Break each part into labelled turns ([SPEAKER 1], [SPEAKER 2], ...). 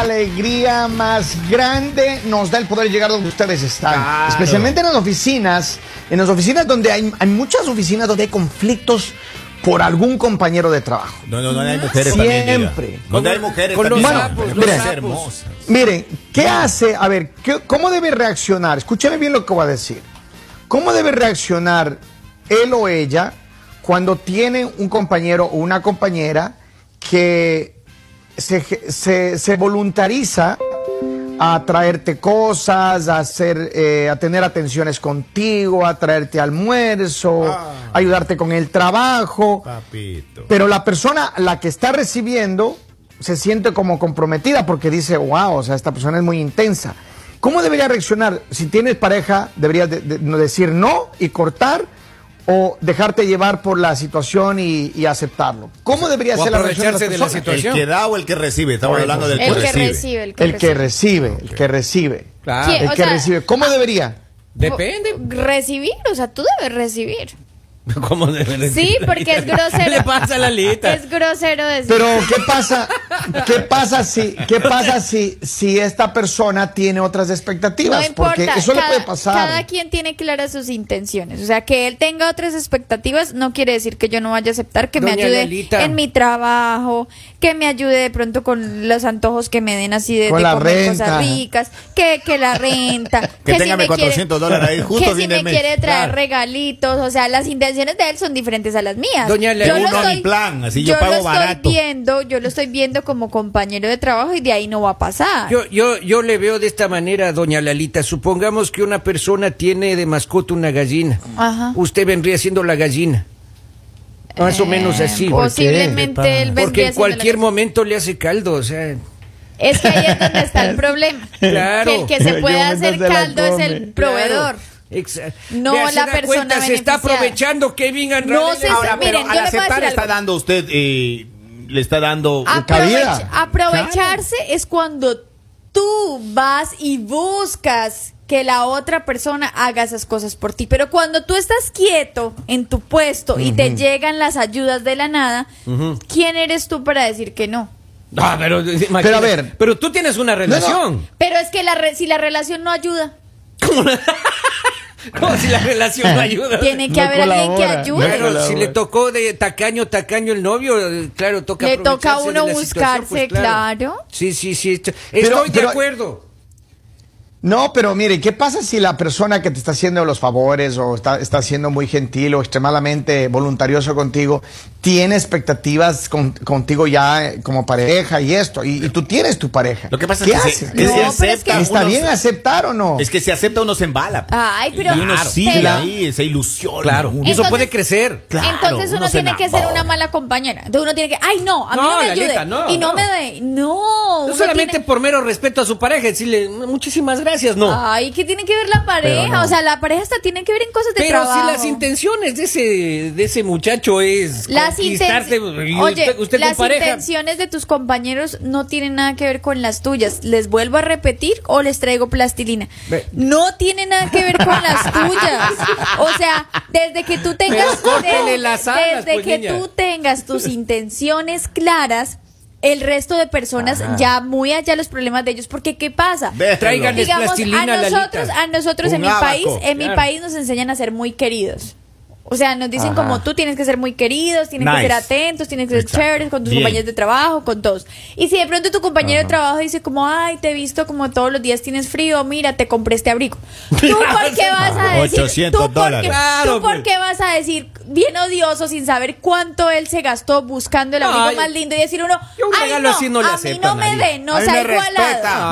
[SPEAKER 1] alegría más grande nos da el poder llegar donde ustedes están.
[SPEAKER 2] Claro.
[SPEAKER 1] Especialmente en las oficinas, en las oficinas donde hay, hay muchas oficinas donde hay conflictos por algún compañero de trabajo.
[SPEAKER 3] No, no, no hay mujeres también.
[SPEAKER 1] Siempre.
[SPEAKER 3] diga. Donde hay mujeres
[SPEAKER 2] Con los
[SPEAKER 3] también.
[SPEAKER 2] sapos,
[SPEAKER 3] Pero
[SPEAKER 2] los
[SPEAKER 3] mujeres
[SPEAKER 2] sapos.
[SPEAKER 3] hermosas.
[SPEAKER 1] Miren, ¿qué hace? A ver, ¿qué- ¿cómo debe reaccionar? Escúchame bien lo que voy a decir. ¿Cómo debe reaccionar él o ella cuando tiene un compañero o una compañera que se, se- se voluntariza a traerte cosas, a, hacer, eh, a tener atenciones contigo, a traerte almuerzo,
[SPEAKER 3] Ah.
[SPEAKER 1] ayudarte con el trabajo?
[SPEAKER 3] Papito.
[SPEAKER 1] Pero la persona, la que está recibiendo, se siente como comprometida porque dice, wow, o sea, esta persona es muy intensa. ¿Cómo debería reaccionar? Si tienes pareja, deberías de- de- no decir no y cortar o dejarte llevar por la situación y, y aceptarlo. ¿Cómo debería
[SPEAKER 2] o
[SPEAKER 1] ser la reacción de,
[SPEAKER 2] aprovecharse de la
[SPEAKER 1] la
[SPEAKER 2] situación.
[SPEAKER 1] situación?
[SPEAKER 3] El que da o el que recibe. Estamos
[SPEAKER 1] Oye,
[SPEAKER 3] hablando del
[SPEAKER 1] pues,
[SPEAKER 3] que,
[SPEAKER 4] El que
[SPEAKER 3] recibe.
[SPEAKER 4] recibe, el que
[SPEAKER 1] El que
[SPEAKER 4] recibe.
[SPEAKER 1] recibe, el que recibe.
[SPEAKER 2] Claro.
[SPEAKER 4] Sí,
[SPEAKER 1] El
[SPEAKER 4] o
[SPEAKER 1] que
[SPEAKER 4] sea, ah.
[SPEAKER 1] recibe. ¿Cómo debería?
[SPEAKER 2] Depende.
[SPEAKER 4] Recibir, o sea, tú debes recibir.
[SPEAKER 3] ¿Cómo debe decir?
[SPEAKER 4] Sí, porque es grosero.
[SPEAKER 2] le pasa a la Lita?
[SPEAKER 4] Es grosero decir.
[SPEAKER 1] Pero ¿qué pasa? ¿Qué pasa si qué pasa si si esta persona tiene otras expectativas?
[SPEAKER 4] No importa,
[SPEAKER 1] Porque eso
[SPEAKER 4] cada,
[SPEAKER 1] le puede pasar.
[SPEAKER 4] cada quien tiene claras sus intenciones. O sea, que él tenga otras expectativas no quiere decir que yo no vaya a aceptar que me
[SPEAKER 2] Doña
[SPEAKER 4] ayude
[SPEAKER 2] Lolita.
[SPEAKER 4] en mi trabajo, que me ayude de pronto con los antojos que me den así de,
[SPEAKER 1] Con
[SPEAKER 4] de
[SPEAKER 1] la
[SPEAKER 4] comer
[SPEAKER 1] renta.
[SPEAKER 4] cosas ricas, que, que la renta,
[SPEAKER 3] Que,
[SPEAKER 4] si
[SPEAKER 3] téngame
[SPEAKER 4] me quiere-
[SPEAKER 3] 400 dólares ahí justo
[SPEAKER 4] que si
[SPEAKER 3] viene
[SPEAKER 4] me
[SPEAKER 3] el mes.
[SPEAKER 4] quiere traer
[SPEAKER 3] Claro.
[SPEAKER 4] regalitos, o sea, las intenciones de él son diferentes a las mías.
[SPEAKER 2] Doña Lolita.
[SPEAKER 4] lo
[SPEAKER 3] Uno ni plan, así yo
[SPEAKER 4] lo
[SPEAKER 3] pago
[SPEAKER 4] estoy
[SPEAKER 3] barato.
[SPEAKER 4] viendo, yo lo estoy viendo como compañero de trabajo y de ahí no va a pasar.
[SPEAKER 2] Yo, yo, yo le veo de esta manera, doña Lalita. Supongamos que una persona tiene de mascota una gallina.
[SPEAKER 4] Ajá.
[SPEAKER 2] Usted vendría siendo la gallina. Más o menos así.
[SPEAKER 1] ¿Por qué?
[SPEAKER 4] Eh, Posiblemente él vendría
[SPEAKER 2] Porque en
[SPEAKER 4] siendo la
[SPEAKER 2] cualquier
[SPEAKER 4] misma.
[SPEAKER 2] momento le hace caldo, o sea.
[SPEAKER 4] Es que ahí es donde está el problema.
[SPEAKER 2] Claro.
[SPEAKER 4] Que el que se
[SPEAKER 1] ¿En
[SPEAKER 4] puede
[SPEAKER 1] qué momento
[SPEAKER 4] hacer
[SPEAKER 1] se la
[SPEAKER 4] caldo es
[SPEAKER 1] come?
[SPEAKER 4] el proveedor.
[SPEAKER 2] Exa-
[SPEAKER 4] No
[SPEAKER 2] Vea, ¿se
[SPEAKER 4] la
[SPEAKER 2] da
[SPEAKER 4] persona
[SPEAKER 2] cuenta? Se está
[SPEAKER 4] beneficiada.
[SPEAKER 2] aprovechando Kevin Andrade.
[SPEAKER 4] No se-
[SPEAKER 3] Ahora,
[SPEAKER 4] Miren,
[SPEAKER 3] pero
[SPEAKER 4] yo
[SPEAKER 3] al
[SPEAKER 4] les voy a
[SPEAKER 3] aceptar
[SPEAKER 4] decir
[SPEAKER 3] está
[SPEAKER 4] algo. Ah,
[SPEAKER 3] dando usted, eh, le está dando...
[SPEAKER 1] cabida.
[SPEAKER 4] Aprovech- aprovecharse es cuando tú vas y buscas que la otra persona haga esas cosas por ti. Pero cuando tú estás quieto en tu puesto y te llegan las ayudas de la nada, ¿quién eres tú para decir que no?
[SPEAKER 2] Ah, pero, imagínate.
[SPEAKER 1] Pero a ver.
[SPEAKER 2] Pero tú tienes una relación.
[SPEAKER 4] Pero es que la re- si la relación no ayuda,
[SPEAKER 2] Como si la relación no ayuda.
[SPEAKER 4] tiene que
[SPEAKER 1] No
[SPEAKER 4] haber alguien que
[SPEAKER 1] colabora, no
[SPEAKER 4] ayude.
[SPEAKER 2] Bueno, si le tocó de tacaño, tacaño el novio, eh, claro, toca
[SPEAKER 4] Le toca a
[SPEAKER 2] aprovecharse
[SPEAKER 4] uno
[SPEAKER 2] de la situación, pues,
[SPEAKER 4] buscarse, claro.
[SPEAKER 2] Sí, sí, sí. esto- Estoy
[SPEAKER 1] Pero-
[SPEAKER 2] de
[SPEAKER 1] pero-
[SPEAKER 2] acuerdo.
[SPEAKER 1] No, pero mire, ¿qué pasa si la persona que te está haciendo los favores o está, está siendo muy gentil o extremadamente voluntarioso contigo tiene expectativas con- contigo ya eh, como pareja y esto? Y, y tú tienes tu pareja.
[SPEAKER 3] Lo que pasa
[SPEAKER 1] ¿Qué
[SPEAKER 3] es que, se-
[SPEAKER 1] haces?
[SPEAKER 3] que
[SPEAKER 4] No,
[SPEAKER 3] se
[SPEAKER 4] pero es
[SPEAKER 3] acepta...
[SPEAKER 4] que-
[SPEAKER 1] ¿Está
[SPEAKER 3] uno-
[SPEAKER 1] bien aceptar o no?
[SPEAKER 3] Es que si acepta uno se embala. pues.
[SPEAKER 4] Ay, pero-
[SPEAKER 3] Y uno
[SPEAKER 4] Claro.
[SPEAKER 3] sigue
[SPEAKER 4] Pero-
[SPEAKER 3] ahí, se ilusiona.
[SPEAKER 2] Claro.
[SPEAKER 3] uno.
[SPEAKER 2] Y eso puede crecer.
[SPEAKER 3] Claro,
[SPEAKER 4] Entonces uno,
[SPEAKER 3] uno se
[SPEAKER 4] tiene que ser
[SPEAKER 3] enamora.
[SPEAKER 4] una mala compañera. Entonces uno tiene que, ay no, a mí no,
[SPEAKER 2] No,
[SPEAKER 4] me
[SPEAKER 2] Lalita,
[SPEAKER 4] ayude
[SPEAKER 2] no,
[SPEAKER 4] y no,
[SPEAKER 2] no.
[SPEAKER 4] me dé. No,
[SPEAKER 2] No
[SPEAKER 4] uno
[SPEAKER 2] solamente
[SPEAKER 4] tiene- Ah,
[SPEAKER 2] por mero respeto a su pareja, decirle muchísimas gracias, no.
[SPEAKER 4] Ay, ¿qué tiene que ver la pareja?
[SPEAKER 1] no.
[SPEAKER 4] O sea, la pareja hasta tiene que ver en cosas de
[SPEAKER 2] Pero
[SPEAKER 4] trabajo.
[SPEAKER 2] si las intenciones de ese, de ese muchacho es
[SPEAKER 4] Las
[SPEAKER 2] conquistarte,
[SPEAKER 4] inten-
[SPEAKER 2] y
[SPEAKER 4] Oye,
[SPEAKER 2] usted, usted
[SPEAKER 4] las
[SPEAKER 2] con pareja.
[SPEAKER 4] intenciones de tus compañeros no tienen nada que ver con las tuyas. Les vuelvo a repetir o les traigo plastilina.
[SPEAKER 2] Ve.
[SPEAKER 4] No tiene nada que ver con las tuyas. O sea, desde que tú tengas
[SPEAKER 2] Pero córtele las alas,
[SPEAKER 4] desde
[SPEAKER 2] pues,
[SPEAKER 4] que
[SPEAKER 2] niña.
[SPEAKER 4] tú tengas tus intenciones claras, el resto de personas ya muy allá los problemas de ellos, porque qué pasa?
[SPEAKER 3] Ve,
[SPEAKER 2] Traigan
[SPEAKER 3] Déjalo.
[SPEAKER 4] digamos a
[SPEAKER 2] plastilina,
[SPEAKER 4] nosotros
[SPEAKER 2] Lalita.
[SPEAKER 4] a nosotros en
[SPEAKER 3] Un
[SPEAKER 4] mi
[SPEAKER 3] abaco,
[SPEAKER 4] país en mi
[SPEAKER 2] claro.
[SPEAKER 4] país nos enseñan a ser muy queridos o sea nos dicen
[SPEAKER 1] Ajá.
[SPEAKER 4] como tú tienes que ser muy queridos tienes que
[SPEAKER 3] Nice.
[SPEAKER 4] ser atentos tienes que ser
[SPEAKER 3] Exacto.
[SPEAKER 4] chéveres con tus
[SPEAKER 3] Bien.
[SPEAKER 4] compañeros de trabajo con todos y si de pronto tu compañero de trabajo dice como ay te he visto como todos los días tienes frío mira te compré este abrigo tú por qué vas a decir
[SPEAKER 3] 800
[SPEAKER 4] tú por qué-
[SPEAKER 3] dólares.
[SPEAKER 2] Claro,
[SPEAKER 4] tú por
[SPEAKER 2] pues.
[SPEAKER 4] qué vas a decir bien odioso sin saber cuánto él se gastó buscando el abrigo
[SPEAKER 2] Ay.
[SPEAKER 4] más lindo y decir uno
[SPEAKER 2] Yo un
[SPEAKER 4] ay
[SPEAKER 2] regalo
[SPEAKER 4] no
[SPEAKER 2] así no
[SPEAKER 4] a
[SPEAKER 2] le
[SPEAKER 4] mí
[SPEAKER 2] aceptan,
[SPEAKER 4] no me
[SPEAKER 2] Lalita.
[SPEAKER 4] den no
[SPEAKER 3] A mí
[SPEAKER 4] se
[SPEAKER 3] me
[SPEAKER 4] ha igualado Ah,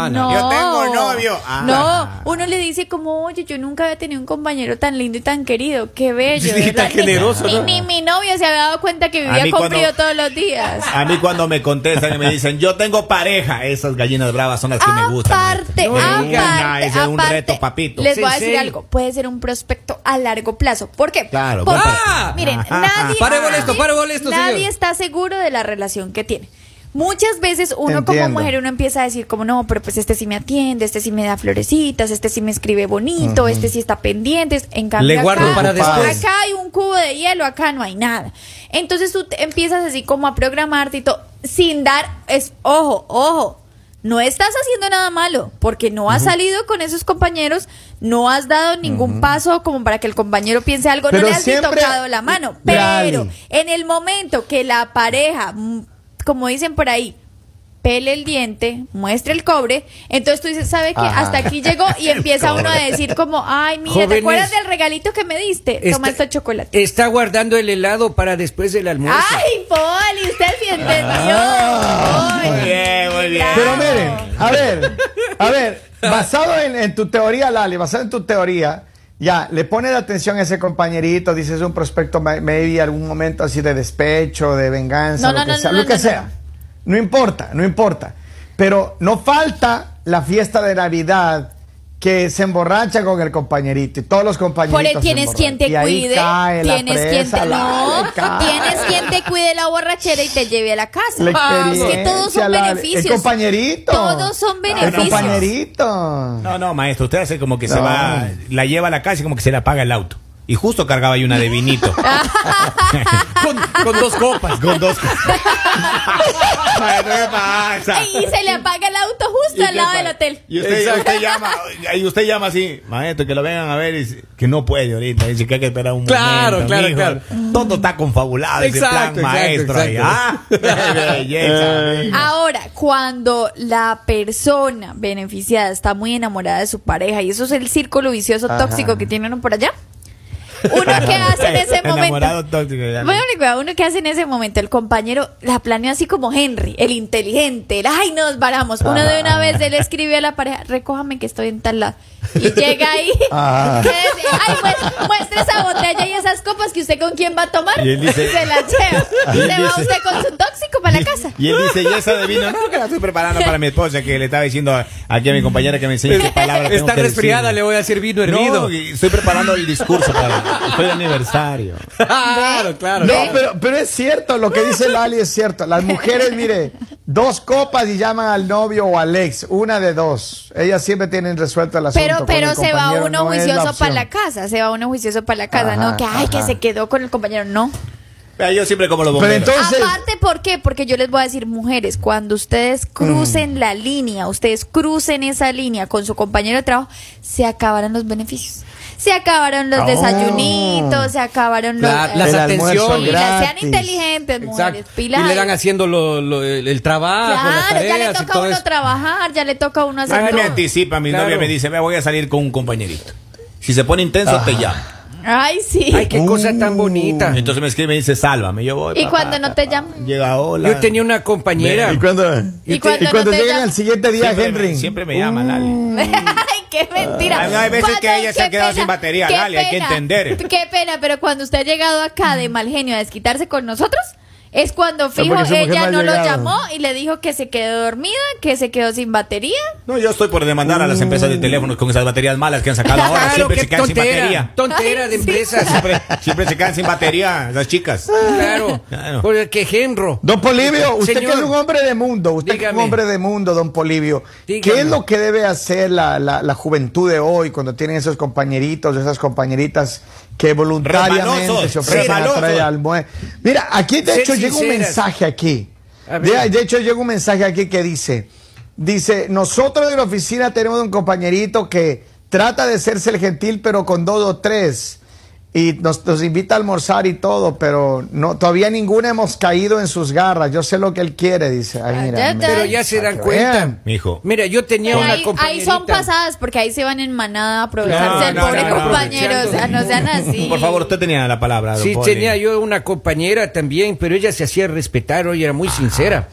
[SPEAKER 3] respetan.
[SPEAKER 4] no
[SPEAKER 3] Yo tengo novio. Ah.
[SPEAKER 4] no uno le dice como, oye, yo nunca había tenido un compañero tan lindo y tan querido, qué bello.
[SPEAKER 2] Sí,
[SPEAKER 4] de verdad.
[SPEAKER 2] tan generoso,
[SPEAKER 4] Ni,
[SPEAKER 2] ¿no?
[SPEAKER 4] ni mi novio se había dado cuenta que
[SPEAKER 3] A
[SPEAKER 4] vivía
[SPEAKER 3] mí
[SPEAKER 4] con
[SPEAKER 3] cuando-
[SPEAKER 4] frío todos los días.
[SPEAKER 3] A mí cuando me contestan y me dicen, yo tengo pareja, esas gallinas bravas son las que me gustan.
[SPEAKER 4] Aparte,
[SPEAKER 3] maestro.
[SPEAKER 2] No,
[SPEAKER 4] aparte,
[SPEAKER 2] diga
[SPEAKER 3] nada, ese es un
[SPEAKER 4] aparte,
[SPEAKER 3] reto, papito.
[SPEAKER 4] Les
[SPEAKER 2] Sí,
[SPEAKER 4] voy a
[SPEAKER 2] en
[SPEAKER 4] decir
[SPEAKER 2] serio.
[SPEAKER 4] algo, puede ser un prospecto a largo plazo. ¿Por qué?
[SPEAKER 3] Claro,
[SPEAKER 4] Porque,
[SPEAKER 2] buen prospecto.
[SPEAKER 4] miren,
[SPEAKER 3] Ajá.
[SPEAKER 4] nadie,
[SPEAKER 2] Ah. Pare bolesto, pare bolesto,
[SPEAKER 4] nadie
[SPEAKER 2] señor.
[SPEAKER 4] está seguro de la relación que tiene. Muchas veces uno como
[SPEAKER 1] entiendo.
[SPEAKER 4] mujer uno empieza a decir como no, pero pues este sí me atiende, este sí me da florecitas, este sí me escribe bonito, este sí está pendiente, en cambio
[SPEAKER 2] Le guardo
[SPEAKER 4] acá-
[SPEAKER 2] para después.
[SPEAKER 4] acá hay un cubo de hielo, acá no hay nada. Entonces tú te empiezas así como a programarte y todo, sin dar, es, ojo, ojo, no estás haciendo nada malo, porque no has salido con esos compañeros, no has dado ningún paso como para que el compañero piense algo,
[SPEAKER 1] Pero
[SPEAKER 4] no le has ni
[SPEAKER 1] siempre-
[SPEAKER 4] tocado la mano.
[SPEAKER 1] Dale.
[SPEAKER 4] Pero en el momento que la pareja, mm, como dicen por ahí, pele el diente, muestre el cobre, entonces tú dices, ¿sabe qué?
[SPEAKER 1] Ajá.
[SPEAKER 4] Hasta aquí llegó y empieza uno a decir como, ay, mira, ¿te
[SPEAKER 2] Jóvenes,
[SPEAKER 4] acuerdas del regalito que me diste? Toma
[SPEAKER 2] Está-
[SPEAKER 4] este chocolate.
[SPEAKER 2] Está guardando el helado para después del almuerzo.
[SPEAKER 4] ¡Ay, Poli! Usted sí entendió.
[SPEAKER 1] Ah,
[SPEAKER 4] Poli.
[SPEAKER 3] muy bien, muy bien.
[SPEAKER 1] Pero
[SPEAKER 4] Bravo.
[SPEAKER 1] miren, a ver, a ver, basado en, en tu teoría, Lali, basado en tu teoría, ya, le pones atención a ese compañerito, dices un prospecto, ma- maybe algún momento así de despecho, de venganza,
[SPEAKER 4] No,
[SPEAKER 1] lo
[SPEAKER 4] no,
[SPEAKER 1] que
[SPEAKER 4] no,
[SPEAKER 1] sea,
[SPEAKER 4] no,
[SPEAKER 1] lo
[SPEAKER 4] no,
[SPEAKER 1] que
[SPEAKER 4] no,
[SPEAKER 1] sea. No importa, no importa. Pero no falta la fiesta de Navidad que se emborracha con el compañerito y todos los compañeritos.
[SPEAKER 4] Por el
[SPEAKER 1] se
[SPEAKER 4] tienes quien te
[SPEAKER 1] emborrachan. Y ahí
[SPEAKER 4] cuide,
[SPEAKER 1] cae la
[SPEAKER 4] tienes quien
[SPEAKER 1] presa,
[SPEAKER 4] te no,
[SPEAKER 1] Lali, cae.
[SPEAKER 4] tienes quien te cuide la borrachera y te lleve a la casa. Ah,
[SPEAKER 1] La
[SPEAKER 4] es
[SPEAKER 1] experiencia,
[SPEAKER 4] que todos son
[SPEAKER 1] la-
[SPEAKER 4] beneficios.
[SPEAKER 1] El compañerito.
[SPEAKER 4] Todos son
[SPEAKER 1] El
[SPEAKER 4] beneficios.
[SPEAKER 1] compañerito.
[SPEAKER 3] No, no, maestro, usted hace como que se
[SPEAKER 1] No.
[SPEAKER 3] va, la lleva a la casa y como que se la paga el auto. Y justo cargaba ahí una de vinito. con, con dos copas. Con dos copas. Maestro, ¿qué pasa?
[SPEAKER 4] Ay, y se le apaga el auto justo al lado del hotel.
[SPEAKER 3] Y usted, usted llama, y usted llama así, maestro, que lo vengan a ver y dice, que no puede ahorita, dice que hay que esperar un
[SPEAKER 2] Claro,
[SPEAKER 3] momento.
[SPEAKER 2] claro,
[SPEAKER 3] mijo.
[SPEAKER 2] claro.
[SPEAKER 3] Todo está confabulado, ese
[SPEAKER 2] Exacto,
[SPEAKER 3] plan
[SPEAKER 2] exacto,
[SPEAKER 3] maestro. ahí.
[SPEAKER 2] exacto.
[SPEAKER 3] Ah, qué belleza, mijo.
[SPEAKER 4] Ahora, cuando la persona beneficiada está muy enamorada de su pareja, y eso es el círculo vicioso
[SPEAKER 1] Ajá.
[SPEAKER 4] tóxico que tiene uno por allá, uno que hace en ese
[SPEAKER 3] Enamorado
[SPEAKER 4] momento.
[SPEAKER 3] tóxico, ya.
[SPEAKER 4] Bueno, Nicolás, uno que hace en ese momento, el compañero la planeó así como Henry, el inteligente, el ay, nos varamos. Uno de una vez él escribe a la pareja, recójame que estoy en tal lado. Y llega ahí,
[SPEAKER 1] Ah.
[SPEAKER 4] ¿qué es? ay, muest- muestre esa botella y esas copas que usted con quién va a tomar.
[SPEAKER 3] Y él dice-
[SPEAKER 4] se las lleva.
[SPEAKER 3] Y
[SPEAKER 4] Y
[SPEAKER 3] él
[SPEAKER 4] se va
[SPEAKER 3] dice-
[SPEAKER 4] usted con su tóxico para la casa.
[SPEAKER 3] Y él dice, ¿y esa de vino? No, que la estoy preparando para mi esposa, que le estaba diciendo a- aquí a mi compañera que me enseñe qué palabra tengo
[SPEAKER 2] Está
[SPEAKER 3] que
[SPEAKER 2] resfriada, le
[SPEAKER 3] decirle.
[SPEAKER 2] voy a hacer vino
[SPEAKER 3] No,
[SPEAKER 2] hervido.
[SPEAKER 3] y estoy preparando el discurso para... Estoy de aniversario.
[SPEAKER 2] Claro, claro.
[SPEAKER 1] No, pero, pero es cierto, lo que dice Lali es cierto. Las mujeres, mire, dos copas y llaman al novio o al ex, una de dos. Ellas siempre tienen resuelto el asunto.
[SPEAKER 4] Pero,
[SPEAKER 1] con
[SPEAKER 4] pero
[SPEAKER 1] el
[SPEAKER 4] se va
[SPEAKER 1] compañero,
[SPEAKER 4] uno
[SPEAKER 1] no es la
[SPEAKER 4] juicioso para
[SPEAKER 1] opción.
[SPEAKER 4] la casa, se va uno juicioso para la casa,
[SPEAKER 1] Ajá,
[SPEAKER 4] no que ay que
[SPEAKER 1] ajá.
[SPEAKER 4] se quedó con el compañero, no.
[SPEAKER 3] Vea, Yo siempre como los
[SPEAKER 1] Pero
[SPEAKER 3] bomberos.
[SPEAKER 1] entonces,
[SPEAKER 4] Aparte, ¿por qué? Porque yo les voy a decir, mujeres, cuando ustedes crucen
[SPEAKER 1] Mm.
[SPEAKER 4] la línea, ustedes crucen esa línea con su compañero de trabajo, se acabarán los beneficios. Se acabaron los
[SPEAKER 1] Oh.
[SPEAKER 4] desayunitos, se acabaron los...
[SPEAKER 2] La-
[SPEAKER 4] eh,
[SPEAKER 2] las
[SPEAKER 1] El almuerzo
[SPEAKER 2] atenciones.
[SPEAKER 4] pilas, sean
[SPEAKER 1] gratis.
[SPEAKER 4] inteligentes, mujeres,
[SPEAKER 2] Exacto. Y
[SPEAKER 4] pilas.
[SPEAKER 2] le van haciendo lo- lo- el, el trabajo, las
[SPEAKER 4] Claro, ya
[SPEAKER 2] tareas
[SPEAKER 4] le
[SPEAKER 2] y
[SPEAKER 4] toca a
[SPEAKER 2] todo
[SPEAKER 4] uno
[SPEAKER 2] eso.
[SPEAKER 4] trabajar, ya le toca a uno hacer
[SPEAKER 3] Ah, me
[SPEAKER 4] todo.
[SPEAKER 3] anticipa, mi
[SPEAKER 2] Claro.
[SPEAKER 3] novia me dice, me voy a salir con un compañerito. Si se pone intenso, te llamo.
[SPEAKER 4] Ay, sí.
[SPEAKER 2] Ay, qué cosa tan bonita.
[SPEAKER 3] Entonces me escribe y me dice, sálvame. Yo voy.
[SPEAKER 4] Y cuando no te llaman.
[SPEAKER 3] Llega, hola.
[SPEAKER 2] Yo tenía una compañera.
[SPEAKER 1] y cuando,
[SPEAKER 4] ¿Y
[SPEAKER 1] y
[SPEAKER 4] cuando
[SPEAKER 1] cuando,
[SPEAKER 4] no te
[SPEAKER 1] llegan
[SPEAKER 4] llaman?
[SPEAKER 1] al siguiente día,
[SPEAKER 3] siempre,
[SPEAKER 1] Henry.
[SPEAKER 3] Me, siempre me llama, Lali.
[SPEAKER 4] Ay, qué mentira.
[SPEAKER 3] Mm. Hay- hay veces
[SPEAKER 4] Cuando-
[SPEAKER 3] que ella se
[SPEAKER 4] qué
[SPEAKER 3] ha quedado sin batería,
[SPEAKER 4] qué
[SPEAKER 3] Lali, hay que entender.
[SPEAKER 4] Qué pena, pero cuando usted ha llegado acá de mal genio a desquitarse con nosotros, es cuando fijo
[SPEAKER 1] porque su mujer
[SPEAKER 4] ella
[SPEAKER 1] no
[SPEAKER 4] no
[SPEAKER 1] ha
[SPEAKER 4] lo
[SPEAKER 1] llegado.
[SPEAKER 4] llamó y le dijo que se quedó dormida, que se quedó sin batería.
[SPEAKER 3] No, yo estoy por demandar a las empresas de teléfonos con esas baterías malas que han sacado ahora.
[SPEAKER 2] Claro,
[SPEAKER 3] siempre
[SPEAKER 2] qué
[SPEAKER 3] se quedan sin
[SPEAKER 2] tontera,
[SPEAKER 3] batería.
[SPEAKER 2] Tontera de
[SPEAKER 4] Ay, sí.
[SPEAKER 2] empresas.
[SPEAKER 3] Siempre, siempre se quedan sin batería las chicas.
[SPEAKER 2] Claro.
[SPEAKER 3] Claro.
[SPEAKER 2] Porque Genro.
[SPEAKER 1] Don Polivio, usted
[SPEAKER 2] Señor,
[SPEAKER 1] que es un hombre de mundo, usted que es un
[SPEAKER 2] dígame.
[SPEAKER 1] hombre de mundo, don Polivio,
[SPEAKER 2] Dígame.
[SPEAKER 1] ¿qué es lo que debe hacer la, la- la juventud de hoy cuando tienen esos compañeritos, esas compañeritas que voluntariamente
[SPEAKER 3] Remalosos,
[SPEAKER 1] se ofrecen a
[SPEAKER 3] remalosos.
[SPEAKER 1] traer almuer- Mira, aquí de
[SPEAKER 2] Ser
[SPEAKER 1] hecho llega un
[SPEAKER 2] sinceras.
[SPEAKER 1] mensaje aquí.
[SPEAKER 2] A
[SPEAKER 1] De,
[SPEAKER 2] ver.
[SPEAKER 1] de hecho llega un mensaje aquí que dice, dice, nosotros de la oficina tenemos un compañerito que trata de serse el gentil, pero con dos o tres. Y nos, nos invita a almorzar y todo, pero no todavía ninguna hemos caído en sus garras. Yo sé lo que él quiere, dice. Ay,
[SPEAKER 4] Ah,
[SPEAKER 1] mira,
[SPEAKER 4] ya, ya.
[SPEAKER 1] mira.
[SPEAKER 2] Pero ya se
[SPEAKER 1] Para
[SPEAKER 2] dan
[SPEAKER 1] que
[SPEAKER 2] cuenta.
[SPEAKER 1] vean.
[SPEAKER 3] Mijo.
[SPEAKER 2] Mira, yo tenía
[SPEAKER 4] Pero
[SPEAKER 2] una
[SPEAKER 4] ahí, ahí
[SPEAKER 2] compañerita.
[SPEAKER 4] son pasadas porque ahí se van en manada a aprovecharse
[SPEAKER 3] No,
[SPEAKER 4] del
[SPEAKER 3] no,
[SPEAKER 4] pobre
[SPEAKER 3] no, no,
[SPEAKER 4] compañero. o sea, no sean así.
[SPEAKER 3] Por favor, usted tenía la palabra. don
[SPEAKER 2] Sí,
[SPEAKER 3] Poli.
[SPEAKER 2] tenía yo una compañera también, pero ella se hacía respetar, ella era muy sincera.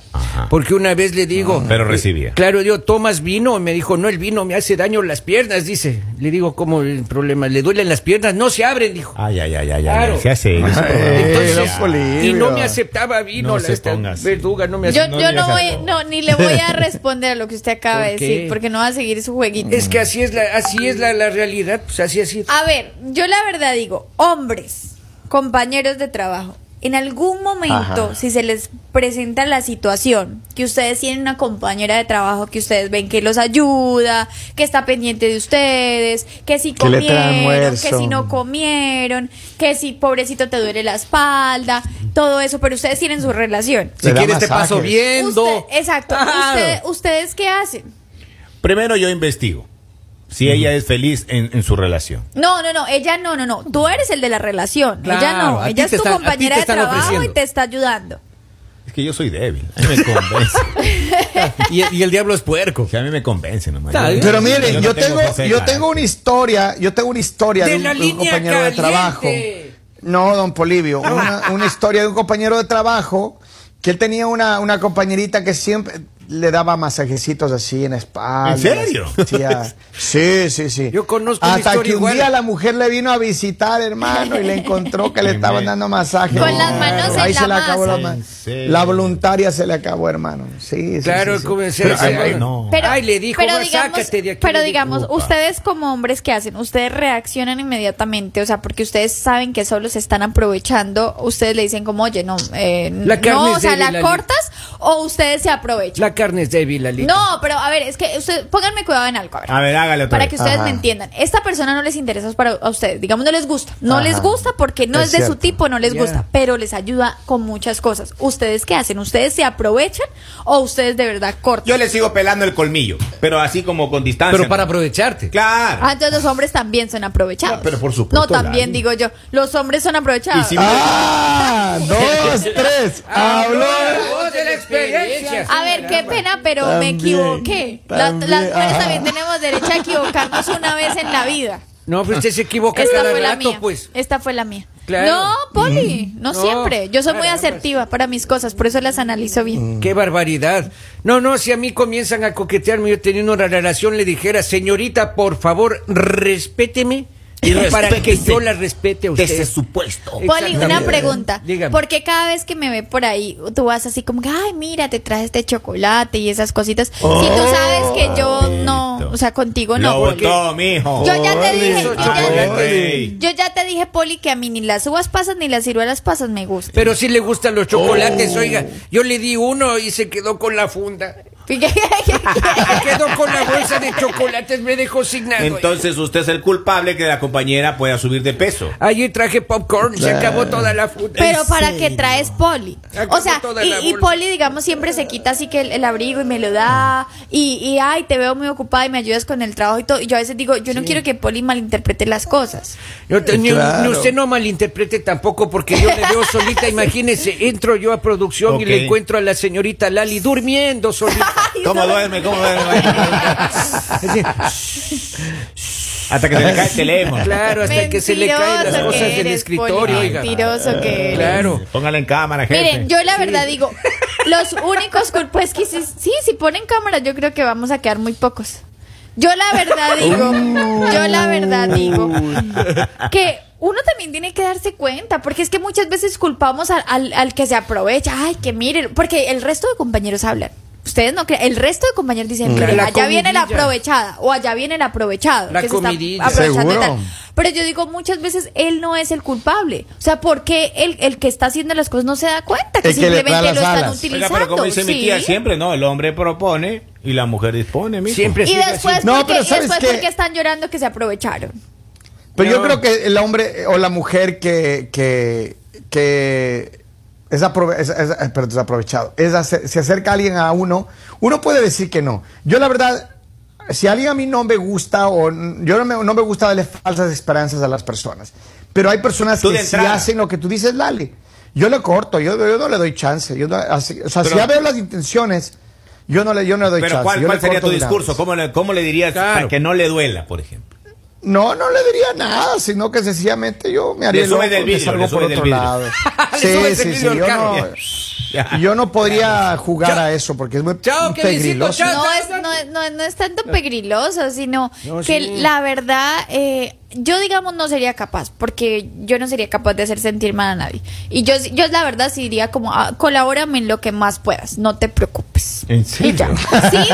[SPEAKER 2] Porque una vez le digo.
[SPEAKER 3] Mm. Pero
[SPEAKER 2] eh,
[SPEAKER 3] recibía.
[SPEAKER 2] Claro, yo, ¿tomas vino? Me dijo, no, el vino me hace daño en las piernas, dice. Le digo, ¿cómo el problema? ¿Le duelen las piernas? No se abren, dijo.
[SPEAKER 3] Ay, ay, ay, ay, ay.
[SPEAKER 2] Claro.
[SPEAKER 3] Se hace. este yo sé cómo va.
[SPEAKER 2] Entonces,
[SPEAKER 1] don Polibio.
[SPEAKER 2] y no me aceptaba vino,
[SPEAKER 3] Ah, No
[SPEAKER 2] la
[SPEAKER 3] se
[SPEAKER 2] esta
[SPEAKER 3] ponga así.
[SPEAKER 2] verduga, no me
[SPEAKER 4] Yo,
[SPEAKER 2] aceptaba.
[SPEAKER 4] yo no voy, no, ni le voy a responder a lo que usted acaba de
[SPEAKER 2] ¿Por qué?
[SPEAKER 4] decir, porque no Ah. va a seguir su jueguito.
[SPEAKER 2] Es que así es la, así es la, la realidad, pues así así.
[SPEAKER 4] A ver, yo la verdad digo, hombres, compañeros de trabajo, en algún momento,
[SPEAKER 1] Ajá.
[SPEAKER 4] si se les presenta la situación, que ustedes tienen una compañera de trabajo que ustedes ven que los ayuda, que está pendiente de ustedes, que si
[SPEAKER 1] Que le trae
[SPEAKER 4] comieron, que si
[SPEAKER 1] almuerzo.
[SPEAKER 4] no comieron, que si pobrecito te duele la espalda, todo eso, pero ustedes tienen su relación.
[SPEAKER 2] Si
[SPEAKER 1] Te da
[SPEAKER 2] quieres te
[SPEAKER 1] masajes.
[SPEAKER 2] paso viendo. Ah.
[SPEAKER 4] Usted- exacto.
[SPEAKER 2] Claro.
[SPEAKER 4] Usted- ¿Ustedes qué hacen?
[SPEAKER 3] Primero yo investigo si ella es feliz en, en su relación.
[SPEAKER 4] No, no, no, ella no, no, no. Tú eres el de la relación. ella
[SPEAKER 2] Claro,
[SPEAKER 4] no.
[SPEAKER 2] a ti
[SPEAKER 4] Ella es
[SPEAKER 2] te
[SPEAKER 4] tu
[SPEAKER 2] están- a ti te
[SPEAKER 4] compañera de
[SPEAKER 2] están
[SPEAKER 4] trabajo y
[SPEAKER 2] ofreciendo.
[SPEAKER 4] te está ayudando.
[SPEAKER 3] Es que yo soy débil. A mí me convence.
[SPEAKER 2] Y, y el diablo es puerco.
[SPEAKER 3] que a mí me convence nomás.
[SPEAKER 2] Está bien.
[SPEAKER 1] Pero miren, yo,
[SPEAKER 3] no
[SPEAKER 1] tengo,
[SPEAKER 3] fuerza de
[SPEAKER 1] yo
[SPEAKER 3] carácter.
[SPEAKER 1] tengo una historia, yo tengo una historia
[SPEAKER 2] De
[SPEAKER 1] de, un,
[SPEAKER 2] la
[SPEAKER 1] de un
[SPEAKER 2] línea
[SPEAKER 1] compañero de
[SPEAKER 2] caliente.
[SPEAKER 1] trabajo. No, don Polivio, una, una historia de un compañero de trabajo que él tenía una, una compañerita que siempre le daba masajecitos así en la espalda.
[SPEAKER 3] ¿En serio?
[SPEAKER 1] le hacía- Sí, sí, sí.
[SPEAKER 2] Yo conozco una
[SPEAKER 1] Hasta
[SPEAKER 2] historia
[SPEAKER 1] que un
[SPEAKER 2] igual.
[SPEAKER 1] día la mujer le vino a visitar, hermano, y le encontró que le
[SPEAKER 3] Qué
[SPEAKER 1] estaban
[SPEAKER 3] mal.
[SPEAKER 1] dando masaje.
[SPEAKER 4] Con las manos en
[SPEAKER 1] Ahí
[SPEAKER 4] la
[SPEAKER 1] se le acabó la
[SPEAKER 3] masa.
[SPEAKER 1] ma-
[SPEAKER 3] ¿En serio?
[SPEAKER 1] La voluntaria se le acabó, hermano. Sí, sí,
[SPEAKER 2] Claro,
[SPEAKER 1] sí, sí.
[SPEAKER 2] como se
[SPEAKER 3] Pero,
[SPEAKER 2] se-
[SPEAKER 3] ay, no.
[SPEAKER 4] Pero,
[SPEAKER 2] Ay, le dijo, "Va, sácate de aquí",
[SPEAKER 4] pero
[SPEAKER 2] le dijo.
[SPEAKER 4] digamos,
[SPEAKER 3] Upa.
[SPEAKER 4] ustedes como hombres, ¿qué hacen? Ustedes reaccionan inmediatamente, o sea, porque ustedes saben que solo se están aprovechando. Ustedes le dicen como, oye, no, eh,
[SPEAKER 2] La carne
[SPEAKER 4] no, o
[SPEAKER 2] es
[SPEAKER 4] sea,
[SPEAKER 2] débil,
[SPEAKER 4] la
[SPEAKER 2] Ali.
[SPEAKER 4] cortas o ustedes se aprovechan.
[SPEAKER 2] La carne es débil, Alita.
[SPEAKER 4] No, pero a ver, es que ustedes, pónganme cuidado en algo. A ver,
[SPEAKER 3] A ver, hágale otra
[SPEAKER 4] para
[SPEAKER 3] vez.
[SPEAKER 4] que ustedes
[SPEAKER 1] Ajá.
[SPEAKER 4] me entiendan. Esta persona no les interesa para a ustedes, digamos, no les gusta. No
[SPEAKER 1] Ajá.
[SPEAKER 4] les gusta porque no es,
[SPEAKER 1] Es
[SPEAKER 4] de su
[SPEAKER 1] cierto.
[SPEAKER 4] tipo, no les
[SPEAKER 2] Yeah.
[SPEAKER 4] gusta, pero les ayuda con muchas cosas. ¿Ustedes qué hacen? ¿Ustedes se aprovechan o ustedes de verdad cortan?
[SPEAKER 3] Yo le sigo pelando el colmillo, pero así como con distancia.
[SPEAKER 2] Pero para aprovecharte.
[SPEAKER 3] Claro.
[SPEAKER 4] Ah, entonces los hombres también son aprovechados.
[SPEAKER 3] Ah, pero por supuesto,
[SPEAKER 4] No, también
[SPEAKER 3] Lali.
[SPEAKER 4] digo yo. Los hombres son aprovechados.
[SPEAKER 3] Y si-
[SPEAKER 1] ¡Ah! ¡Dos, tres!
[SPEAKER 3] Ah,
[SPEAKER 1] ¡Habló!
[SPEAKER 2] Vos de la experiencia.
[SPEAKER 4] Ah. a ver, qué pena, pero
[SPEAKER 1] También,
[SPEAKER 4] me equivoqué. La-
[SPEAKER 1] también,
[SPEAKER 4] las mujeres
[SPEAKER 1] ah.
[SPEAKER 4] también tenemos derecho a equivocarnos una vez en la vida.
[SPEAKER 2] No, pero usted se equivoca
[SPEAKER 4] Esta
[SPEAKER 2] cada
[SPEAKER 4] fue la
[SPEAKER 2] rato,
[SPEAKER 4] mía.
[SPEAKER 2] pues.
[SPEAKER 4] Esta fue la mía.
[SPEAKER 2] Claro.
[SPEAKER 4] No, Poli, no,
[SPEAKER 2] No,
[SPEAKER 4] siempre. Yo soy muy
[SPEAKER 2] caramba. Mm.
[SPEAKER 4] asertiva para mis cosas, por eso las analizo bien.
[SPEAKER 2] Qué barbaridad. No, no, si a mí comienzan a coquetearme, yo teniendo una relación, le dijera, señorita, por favor, respéteme. Y para que yo la respete a usted.
[SPEAKER 3] Desde supuesto.
[SPEAKER 4] Poli, una
[SPEAKER 2] Exactamente.
[SPEAKER 4] pregunta.
[SPEAKER 2] Dígame.
[SPEAKER 4] ¿Por qué cada vez que me ve por ahí, tú vas así como, que, ay, mira, te traje este chocolate y esas cositas? si
[SPEAKER 2] Oh,
[SPEAKER 4] tú sabes que yo no, o sea, contigo no.
[SPEAKER 3] Lo
[SPEAKER 4] Poli.
[SPEAKER 3] botó, mijo.
[SPEAKER 4] Yo ya te
[SPEAKER 1] Poli,
[SPEAKER 4] dije,
[SPEAKER 2] eso,
[SPEAKER 4] yo ya,
[SPEAKER 3] chocolate.
[SPEAKER 4] yo ya te dije, Poli, que a mí ni las uvas pasas ni las ciruelas pasas me gustan.
[SPEAKER 2] Pero sí le gustan los chocolates, oiga. Yo le di uno y se quedó con la funda. Se quedó con la bolsa de chocolates, me dejó sin nada. oiga.
[SPEAKER 3] Entonces usted es el culpable que la compañera pueda subir de peso.
[SPEAKER 2] Allí traje popcorn, se acabó toda la funda.
[SPEAKER 4] Pero para qué traes poli.
[SPEAKER 2] Acabo
[SPEAKER 4] O sea,
[SPEAKER 2] toda la
[SPEAKER 4] y, y
[SPEAKER 2] bolsa.
[SPEAKER 4] poli, digamos, siempre se quita así que el, el abrigo y me lo da. Y, y, ay, te veo muy ocupada y me ayudas con el trabajo y todo. Y yo a veces digo, yo no quiero que poli malinterprete las cosas.
[SPEAKER 2] No, te- ni-
[SPEAKER 1] Claro.
[SPEAKER 2] ni usted no malinterprete tampoco porque yo le veo solita, imagínese, entro yo a producción y
[SPEAKER 3] Ok.
[SPEAKER 2] le encuentro a la señorita Lali durmiendo solita.
[SPEAKER 3] ¿Cómo duerme? ¿Cómo duerme? Hasta que se le cae el teléfono.
[SPEAKER 2] Claro, hasta que se le caen las
[SPEAKER 4] Mentiroso que
[SPEAKER 2] cosas del
[SPEAKER 4] eres,
[SPEAKER 2] escritorio,
[SPEAKER 4] Poli,
[SPEAKER 2] oiga.
[SPEAKER 4] Mentiroso que eres.
[SPEAKER 2] Claro.
[SPEAKER 3] Póngala en cámara, gente.
[SPEAKER 4] Miren, yo la verdad digo, los únicos culpables es que si, sí, si ponen cámara, yo creo que vamos a quedar muy pocos. Yo la verdad digo, yo la verdad digo que uno también tiene que darse cuenta, porque es que muchas veces culpamos al, al- al que se aprovecha, ay, que miren, porque el resto de compañeros hablan. Ustedes no creen, el resto de compañeros dicen,
[SPEAKER 2] Claro,
[SPEAKER 4] "Miren,
[SPEAKER 2] la
[SPEAKER 4] allá viene la
[SPEAKER 2] comidilla.
[SPEAKER 4] aprovechada o allá viene el aprovechado.
[SPEAKER 2] La
[SPEAKER 4] que se está
[SPEAKER 2] comidilla.
[SPEAKER 4] aprovechando de
[SPEAKER 1] Seguro.
[SPEAKER 4] tal". Pero yo digo, muchas veces él no es el culpable. O sea, ¿por qué el, el que está haciendo las cosas no se da cuenta que
[SPEAKER 1] El que le
[SPEAKER 4] simplemente
[SPEAKER 1] da
[SPEAKER 4] lo
[SPEAKER 1] las
[SPEAKER 4] están
[SPEAKER 1] alas.
[SPEAKER 3] Oiga,
[SPEAKER 4] utilizando?
[SPEAKER 3] pero como dice mi tía
[SPEAKER 4] ¿sí?
[SPEAKER 3] siempre, ¿no? El hombre propone y la mujer dispone, mijo.
[SPEAKER 2] Siempre
[SPEAKER 4] Y
[SPEAKER 2] sigue así.
[SPEAKER 4] después,
[SPEAKER 1] No,
[SPEAKER 4] porque,
[SPEAKER 1] pero
[SPEAKER 4] y
[SPEAKER 1] ¿sabes
[SPEAKER 4] después
[SPEAKER 1] qué?
[SPEAKER 4] porque están llorando que se aprovecharon.
[SPEAKER 1] Pero yo
[SPEAKER 2] No.
[SPEAKER 1] creo que el hombre eh, o la mujer que, que, que es, aprove- es- es- eh, perdón, es aprovechado, es ace- se acerca alguien a uno, uno puede decir que no. Yo la verdad, si alguien a mí no me gusta o n- yo no me, no me gusta darle falsas esperanzas a las personas, pero hay personas
[SPEAKER 3] Tú de
[SPEAKER 1] que sí
[SPEAKER 3] entrada.
[SPEAKER 1] hacen lo que tú dices, Lali. Yo le corto, yo, yo no le doy chance. Yo no- así- o sea,
[SPEAKER 3] Pero-
[SPEAKER 1] si ya veo las intenciones, yo no le, yo no le doy
[SPEAKER 3] Pero
[SPEAKER 1] chance.
[SPEAKER 3] ¿cuál,
[SPEAKER 1] yo
[SPEAKER 3] cuál
[SPEAKER 1] le
[SPEAKER 3] sería
[SPEAKER 1] corto
[SPEAKER 3] tu
[SPEAKER 1] de una
[SPEAKER 3] discurso?
[SPEAKER 1] vez.
[SPEAKER 3] ¿Cómo le, cómo le dirías
[SPEAKER 2] Claro.
[SPEAKER 3] para que no le duela, por ejemplo?
[SPEAKER 1] No, no le diría nada, sino que sencillamente yo me haría
[SPEAKER 3] Le sube
[SPEAKER 1] loco
[SPEAKER 3] del
[SPEAKER 1] y me
[SPEAKER 3] vidrio,
[SPEAKER 1] salgo
[SPEAKER 3] le sube
[SPEAKER 1] por
[SPEAKER 3] del
[SPEAKER 1] otro
[SPEAKER 3] vidrio.
[SPEAKER 1] lado.
[SPEAKER 2] Le sube
[SPEAKER 1] sí,
[SPEAKER 2] del
[SPEAKER 1] sí, sí,
[SPEAKER 2] vidrio al
[SPEAKER 1] yo
[SPEAKER 2] carro.
[SPEAKER 1] no, yo no podría jugar a eso porque es muy
[SPEAKER 2] Chao,
[SPEAKER 1] muy
[SPEAKER 2] que visito,
[SPEAKER 1] pegriloso.
[SPEAKER 2] chao.
[SPEAKER 4] No es, no, es- no es- no es tanto pegriloso, sino
[SPEAKER 2] No,
[SPEAKER 4] que
[SPEAKER 2] sí.
[SPEAKER 4] la verdad, eh, yo digamos no sería capaz, porque yo no sería capaz de hacer sentir mal a nadie. Y yo, yo la verdad sí diría como, ah, colabórame en lo que más puedas, no te preocupes.
[SPEAKER 3] ¿En
[SPEAKER 4] Y ya.
[SPEAKER 3] serio?
[SPEAKER 4] Sí,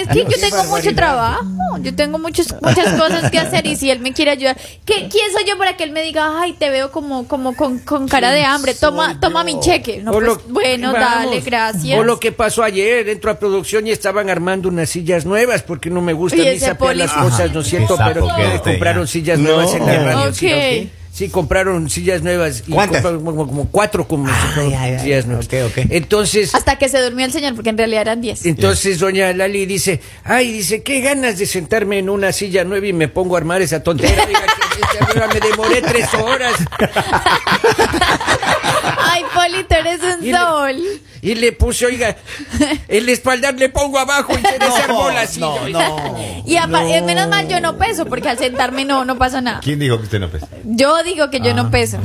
[SPEAKER 4] es que yo tengo
[SPEAKER 1] barbaridad.
[SPEAKER 4] mucho trabajo, yo tengo muchos, muchas cosas que hacer y si él me quiere ayudar, ¿qué, ¿quién soy yo para que él me diga, ay, te veo como, como con, con cara de hambre, toma, toma mi cheque? No,
[SPEAKER 2] O lo-
[SPEAKER 4] pues, bueno,
[SPEAKER 2] vamos.
[SPEAKER 4] dale, gracias.
[SPEAKER 2] O lo que pasó ayer, entro a producción y estaban armando unas sillas nuevas, porque no me gusta
[SPEAKER 4] Y
[SPEAKER 2] ni
[SPEAKER 4] ese
[SPEAKER 2] sapear las
[SPEAKER 4] poli-
[SPEAKER 2] cosas, ¿no es
[SPEAKER 4] Ay,
[SPEAKER 2] cierto?
[SPEAKER 3] qué sapo
[SPEAKER 2] Pero
[SPEAKER 3] que
[SPEAKER 2] ustedes
[SPEAKER 3] este,
[SPEAKER 2] compraron
[SPEAKER 3] ya.
[SPEAKER 2] sillas nuevas en la
[SPEAKER 1] No.
[SPEAKER 2] radio.
[SPEAKER 4] Ok.
[SPEAKER 2] ¿sí, no? ¿Sí? Sí, compraron sillas nuevas. y
[SPEAKER 3] ¿Cuántas?
[SPEAKER 2] compraron como, como cuatro como
[SPEAKER 3] ay, ay.
[SPEAKER 2] sillas nuevas.
[SPEAKER 3] Ok, ok.
[SPEAKER 2] Entonces,
[SPEAKER 4] Hasta que se durmió el señor, porque en realidad eran 10.
[SPEAKER 2] entonces doña Lali dice, ay, dice, qué ganas de sentarme en una silla nueva y me pongo a armar esa tontera. Diga, que esa nueva me demoré tres horas.
[SPEAKER 4] Ay, Poli, tú eres un
[SPEAKER 2] Y le-
[SPEAKER 4] sol.
[SPEAKER 2] Y le puse, oiga, el espaldar le pongo abajo y se desarmó la silla.
[SPEAKER 3] no,
[SPEAKER 2] oiga.
[SPEAKER 3] no.
[SPEAKER 4] Y apa- eh, menos mal yo no peso, porque al sentarme no, no pasa nada.
[SPEAKER 3] ¿Quién dijo que usted no pesa?
[SPEAKER 4] Yo digo que yo
[SPEAKER 2] Ah,
[SPEAKER 4] no peso.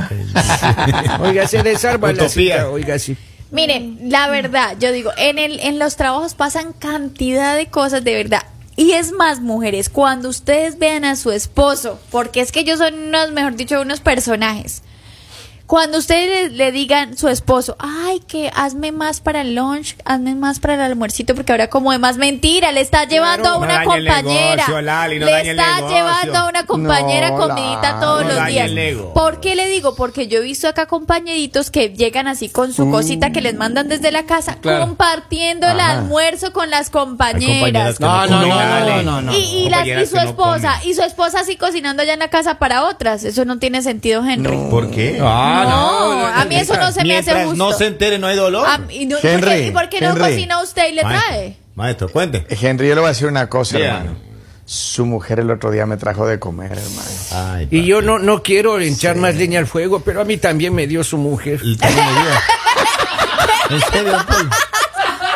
[SPEAKER 2] Oiga, se desarma la
[SPEAKER 3] Utopía.
[SPEAKER 2] silla, oiga, sí.
[SPEAKER 4] Mire, la verdad, yo digo, en, el, en los trabajos pasan cantidad de cosas de verdad. Y es más, mujeres, cuando ustedes vean a su esposo, porque es que ellos son unos, mejor dicho, unos personajes. Cuando ustedes le, le digan su esposo, ay, que hazme más para el lunch, hazme más para el almuercito, porque ahora como de más mentira, le está llevando a
[SPEAKER 3] no
[SPEAKER 4] una
[SPEAKER 3] dañe el
[SPEAKER 4] compañera.
[SPEAKER 3] negocio, Lali, no
[SPEAKER 4] le
[SPEAKER 3] dañe el
[SPEAKER 4] está
[SPEAKER 3] negocio.
[SPEAKER 4] llevando a una compañera
[SPEAKER 1] No,
[SPEAKER 4] comidita
[SPEAKER 1] Lali,
[SPEAKER 4] todos
[SPEAKER 1] no
[SPEAKER 4] los
[SPEAKER 3] dañe
[SPEAKER 4] días.
[SPEAKER 3] el negocio.
[SPEAKER 4] ¿Por qué le digo? Porque yo he visto acá compañeritos que llegan así con su cosita que les mandan desde la casa,
[SPEAKER 2] Claro.
[SPEAKER 4] compartiendo el
[SPEAKER 3] Ajá.
[SPEAKER 4] almuerzo con las
[SPEAKER 3] compañeras
[SPEAKER 4] compañeras.
[SPEAKER 3] que No, no, no,
[SPEAKER 1] no, no, no.
[SPEAKER 4] Y, y las- y
[SPEAKER 3] Compañeras
[SPEAKER 4] su
[SPEAKER 3] que no
[SPEAKER 4] esposa,
[SPEAKER 3] comen.
[SPEAKER 4] y su esposa así cocinando allá en la casa para otras. Eso no tiene sentido, Henry. No,
[SPEAKER 3] ¿Por qué?
[SPEAKER 2] Ah,
[SPEAKER 4] a mí eso no se me hace
[SPEAKER 3] Mientras
[SPEAKER 4] justo.
[SPEAKER 3] no se entere, no hay dolor.
[SPEAKER 4] A mí- y no- ¿por qué-
[SPEAKER 1] Henry,
[SPEAKER 4] ¿Y por qué no
[SPEAKER 1] Henry.
[SPEAKER 4] cocina usted y le trae?
[SPEAKER 3] Maestro, cuente.
[SPEAKER 1] Eh, Henry, yo le voy a decir una cosa,
[SPEAKER 3] Bien.
[SPEAKER 1] hermano. Su mujer el otro día me trajo de comer, hermano.
[SPEAKER 3] Ay,
[SPEAKER 2] Y
[SPEAKER 3] papi.
[SPEAKER 2] yo no, no quiero hinchar más leña al fuego, pero a mí también me dio su mujer.
[SPEAKER 3] El tío me dio. ¿En serio, Poli?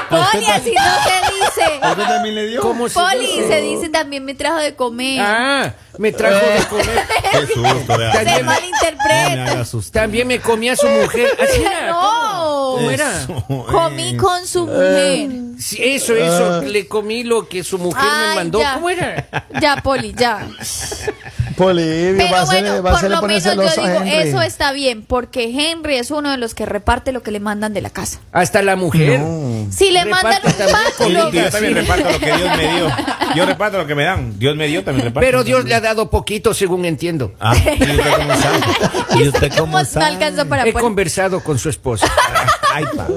[SPEAKER 3] ¿A usted
[SPEAKER 4] Poli, así
[SPEAKER 3] también-
[SPEAKER 4] no se
[SPEAKER 3] ¿A
[SPEAKER 4] dice.
[SPEAKER 3] usted también le dio?
[SPEAKER 2] ¿Cómo se
[SPEAKER 4] Poli, se dice también me trajo de comer.
[SPEAKER 2] Ah, me trajo de comer.
[SPEAKER 3] Qué susto, vea.
[SPEAKER 4] se
[SPEAKER 3] No
[SPEAKER 2] también-
[SPEAKER 3] me
[SPEAKER 4] malinterpreta.
[SPEAKER 3] haga asustar.
[SPEAKER 2] También me comía su mujer. Así era,
[SPEAKER 4] No.
[SPEAKER 2] ¿Cómo era?
[SPEAKER 3] Eso,
[SPEAKER 4] Comí
[SPEAKER 3] eh.
[SPEAKER 4] con su mujer.
[SPEAKER 2] Sí, eso,
[SPEAKER 3] Ah.
[SPEAKER 2] eso, le comí lo que su mujer me
[SPEAKER 4] Ay,
[SPEAKER 2] mandó.
[SPEAKER 4] ya.
[SPEAKER 2] ¿Cómo era?
[SPEAKER 4] Ya, Poli, ya.
[SPEAKER 1] Poli, va a hacerle-
[SPEAKER 4] Pero bueno,
[SPEAKER 1] va a
[SPEAKER 4] por
[SPEAKER 1] hacerle
[SPEAKER 4] lo menos
[SPEAKER 1] ponerse
[SPEAKER 4] yo
[SPEAKER 1] los
[SPEAKER 4] digo, eso está bien, porque Henry es uno de los que reparte lo que le mandan de la casa.
[SPEAKER 2] Hasta la mujer.
[SPEAKER 4] Si le
[SPEAKER 2] Reparte
[SPEAKER 4] mandan un
[SPEAKER 2] también
[SPEAKER 3] Y
[SPEAKER 4] báculo,
[SPEAKER 3] Yo yo también reparto lo que Dios me dio. Yo reparto lo que me dan. Dios me dio, también reparto.
[SPEAKER 2] Pero Dios le ha dado poquito, según entiendo.
[SPEAKER 3] Ah, ¿y usted cómo sabe? ¿Y usted
[SPEAKER 4] ¿cómo
[SPEAKER 3] cómo
[SPEAKER 4] no alcanzó
[SPEAKER 3] sabe?
[SPEAKER 4] para
[SPEAKER 2] He
[SPEAKER 4] poner?
[SPEAKER 2] conversado con su esposa.
[SPEAKER 3] Ay, pa.
[SPEAKER 4] De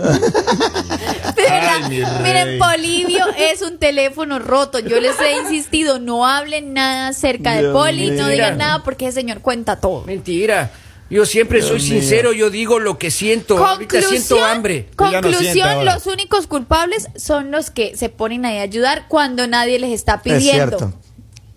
[SPEAKER 4] verdad,
[SPEAKER 3] Ay, mi rey.
[SPEAKER 4] miren, Polivio es un teléfono roto. Yo les he insistido, no hablen nada acerca de
[SPEAKER 1] Dios
[SPEAKER 4] Poli,
[SPEAKER 1] mío.
[SPEAKER 4] no digan nada porque ese señor cuenta todo.
[SPEAKER 2] Mentira. Yo siempre soy sincero, yo digo lo que siento. Ahorita siento hambre.
[SPEAKER 3] Yo ya no
[SPEAKER 4] conclusión,
[SPEAKER 3] siento ahora.
[SPEAKER 4] los únicos culpables son los que se ponen ahí a ayudar cuando nadie les está
[SPEAKER 1] Es
[SPEAKER 4] pidiendo.
[SPEAKER 1] cierto.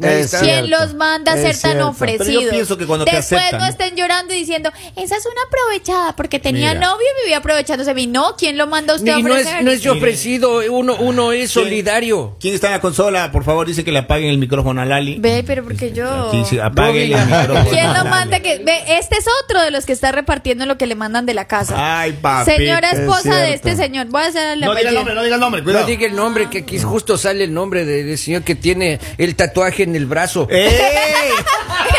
[SPEAKER 2] Ahí
[SPEAKER 1] Es
[SPEAKER 2] está.
[SPEAKER 4] ¿Quién
[SPEAKER 1] cierto.
[SPEAKER 4] los manda a
[SPEAKER 1] Es
[SPEAKER 4] ser tan
[SPEAKER 1] cierto.
[SPEAKER 4] ofrecidos?
[SPEAKER 3] Pero yo pienso que cuando te
[SPEAKER 4] Después
[SPEAKER 3] aceptan,
[SPEAKER 4] no
[SPEAKER 3] ¿no?
[SPEAKER 4] estén llorando y diciendo, esa es una aprovechada porque tenía
[SPEAKER 3] Mira.
[SPEAKER 4] novio y vivía aprovechándose de mí. No, ¿quién lo manda a usted a
[SPEAKER 2] Y no es,
[SPEAKER 4] ofrecer?
[SPEAKER 2] no es yo ofrecido, uno, uno es
[SPEAKER 3] ¿Quién-
[SPEAKER 2] solidario.
[SPEAKER 3] ¿Quién está en la consola? Por favor, dice que le apaguen el micrófono a Lali.
[SPEAKER 4] Ve, pero porque yo...
[SPEAKER 3] Aquí sí, ah, apáguenle el
[SPEAKER 2] Yo vi-
[SPEAKER 3] micrófono.
[SPEAKER 4] ¿Quién lo
[SPEAKER 3] Lali.
[SPEAKER 4] manda que.? Ve, este es otro de los que está repartiendo lo que le mandan de la casa.
[SPEAKER 3] Ay, papi.
[SPEAKER 4] Señora
[SPEAKER 1] es
[SPEAKER 4] esposa de
[SPEAKER 1] cierto.
[SPEAKER 4] este señor. Voy a hacer la
[SPEAKER 3] No diga el nombre, no diga el nombre,
[SPEAKER 2] No
[SPEAKER 3] cuidado.
[SPEAKER 2] diga el nombre, que aquí justo sale el nombre de- del señor que tiene el tatuaje en el brazo.
[SPEAKER 3] Eh. ¡Ey!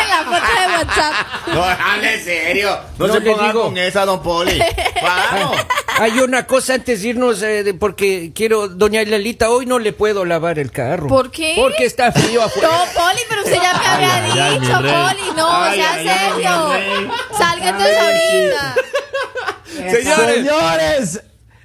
[SPEAKER 4] la foto de WhatsApp.
[SPEAKER 3] No, hable serio. No,
[SPEAKER 2] No
[SPEAKER 3] se
[SPEAKER 2] le
[SPEAKER 3] ponga
[SPEAKER 2] digo.
[SPEAKER 3] con esa, don Poli. Vamos.
[SPEAKER 2] Hay una cosa antes de irnos, eh, de- porque quiero, doña Lalita, hoy no le puedo lavar el carro.
[SPEAKER 4] ¿Por qué?
[SPEAKER 2] Porque está frío
[SPEAKER 4] No,
[SPEAKER 2] afuera.
[SPEAKER 4] Poli, pero usted ya me había
[SPEAKER 3] ay, ay,
[SPEAKER 4] dicho,
[SPEAKER 3] mi rey.
[SPEAKER 4] Poli. No,
[SPEAKER 3] Ay,
[SPEAKER 4] sea
[SPEAKER 3] ay, ay,
[SPEAKER 4] serio.
[SPEAKER 3] mi rey.
[SPEAKER 4] Salga entonces ahorita.
[SPEAKER 1] Señores,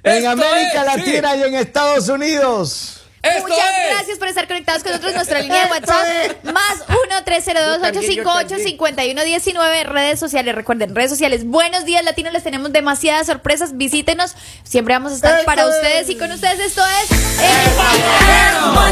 [SPEAKER 1] en
[SPEAKER 2] Esto
[SPEAKER 1] América
[SPEAKER 2] es,
[SPEAKER 1] Latina y en Estados Unidos.
[SPEAKER 2] ¡Esto
[SPEAKER 4] Muchas
[SPEAKER 2] es!
[SPEAKER 4] gracias por estar conectados con nosotros. Nuestra línea de WhatsApp más 1-302-858-5119. Redes sociales, recuerden, redes sociales. Buenos días, latinos. Les tenemos demasiadas sorpresas. Visítenos. Siempre vamos a estar
[SPEAKER 1] Esto
[SPEAKER 4] para
[SPEAKER 1] es.
[SPEAKER 4] ustedes y con ustedes. Esto es El Paradero.